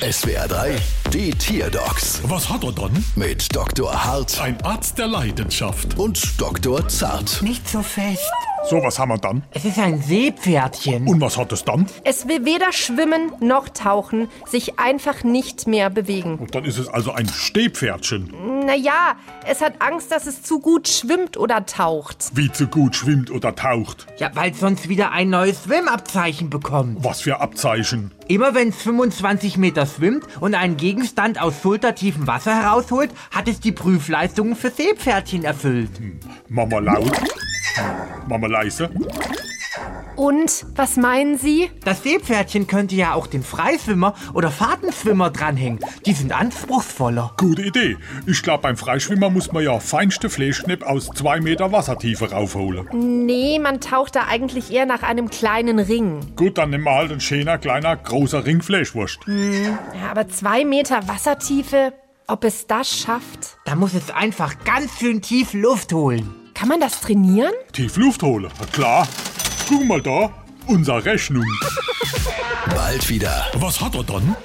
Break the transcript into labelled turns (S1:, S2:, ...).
S1: SWR 3, die Tierdocs
S2: Was hat er dann?
S1: mit Dr. Hart
S2: Ein Arzt der Leidenschaft.
S1: und Dr. Zart.
S3: Nicht so fest.
S2: So, was haben wir dann?
S3: Es ist ein Seepferdchen.
S2: Und was hat es dann?
S4: Es will weder schwimmen noch tauchen, sich einfach nicht mehr bewegen.
S2: Und dann ist es also ein Stehpferdchen.
S4: Naja, es hat Angst, dass es zu gut schwimmt oder taucht.
S2: Wie zu gut schwimmt oder taucht.
S3: Ja, weil es sonst wieder ein neues Schwimmabzeichen bekommt.
S2: Was für Abzeichen.
S3: Immer wenn es 25 Meter schwimmt und einen Gegenstand aus schultertiefem Wasser herausholt, hat es die Prüfleistungen für Seepferdchen erfüllt.
S2: Mama laut. Mama leise.
S4: Und, was meinen Sie?
S3: Das Seepferdchen könnte ja auch dem Freischwimmer oder Fahrtenschwimmer dranhängen. Die sind anspruchsvoller.
S2: Gute Idee. Ich glaube, beim Freischwimmer muss man ja feinste Fleischknepp aus zwei Meter Wassertiefe raufholen.
S4: Nee, man taucht da eigentlich eher nach einem kleinen Ring.
S2: Gut, dann nehmen wir halt ein schöner, kleiner, großer Ring Fleischwurst.
S4: Ja, aber zwei Meter Wassertiefe, ob es das schafft?
S3: Da muss es einfach ganz schön tief Luft holen.
S4: Kann man das trainieren?
S2: Tief Luft holen. Na klar. Guck mal da. Unser Rechnung.
S1: Bald wieder.
S2: Was hat er dann?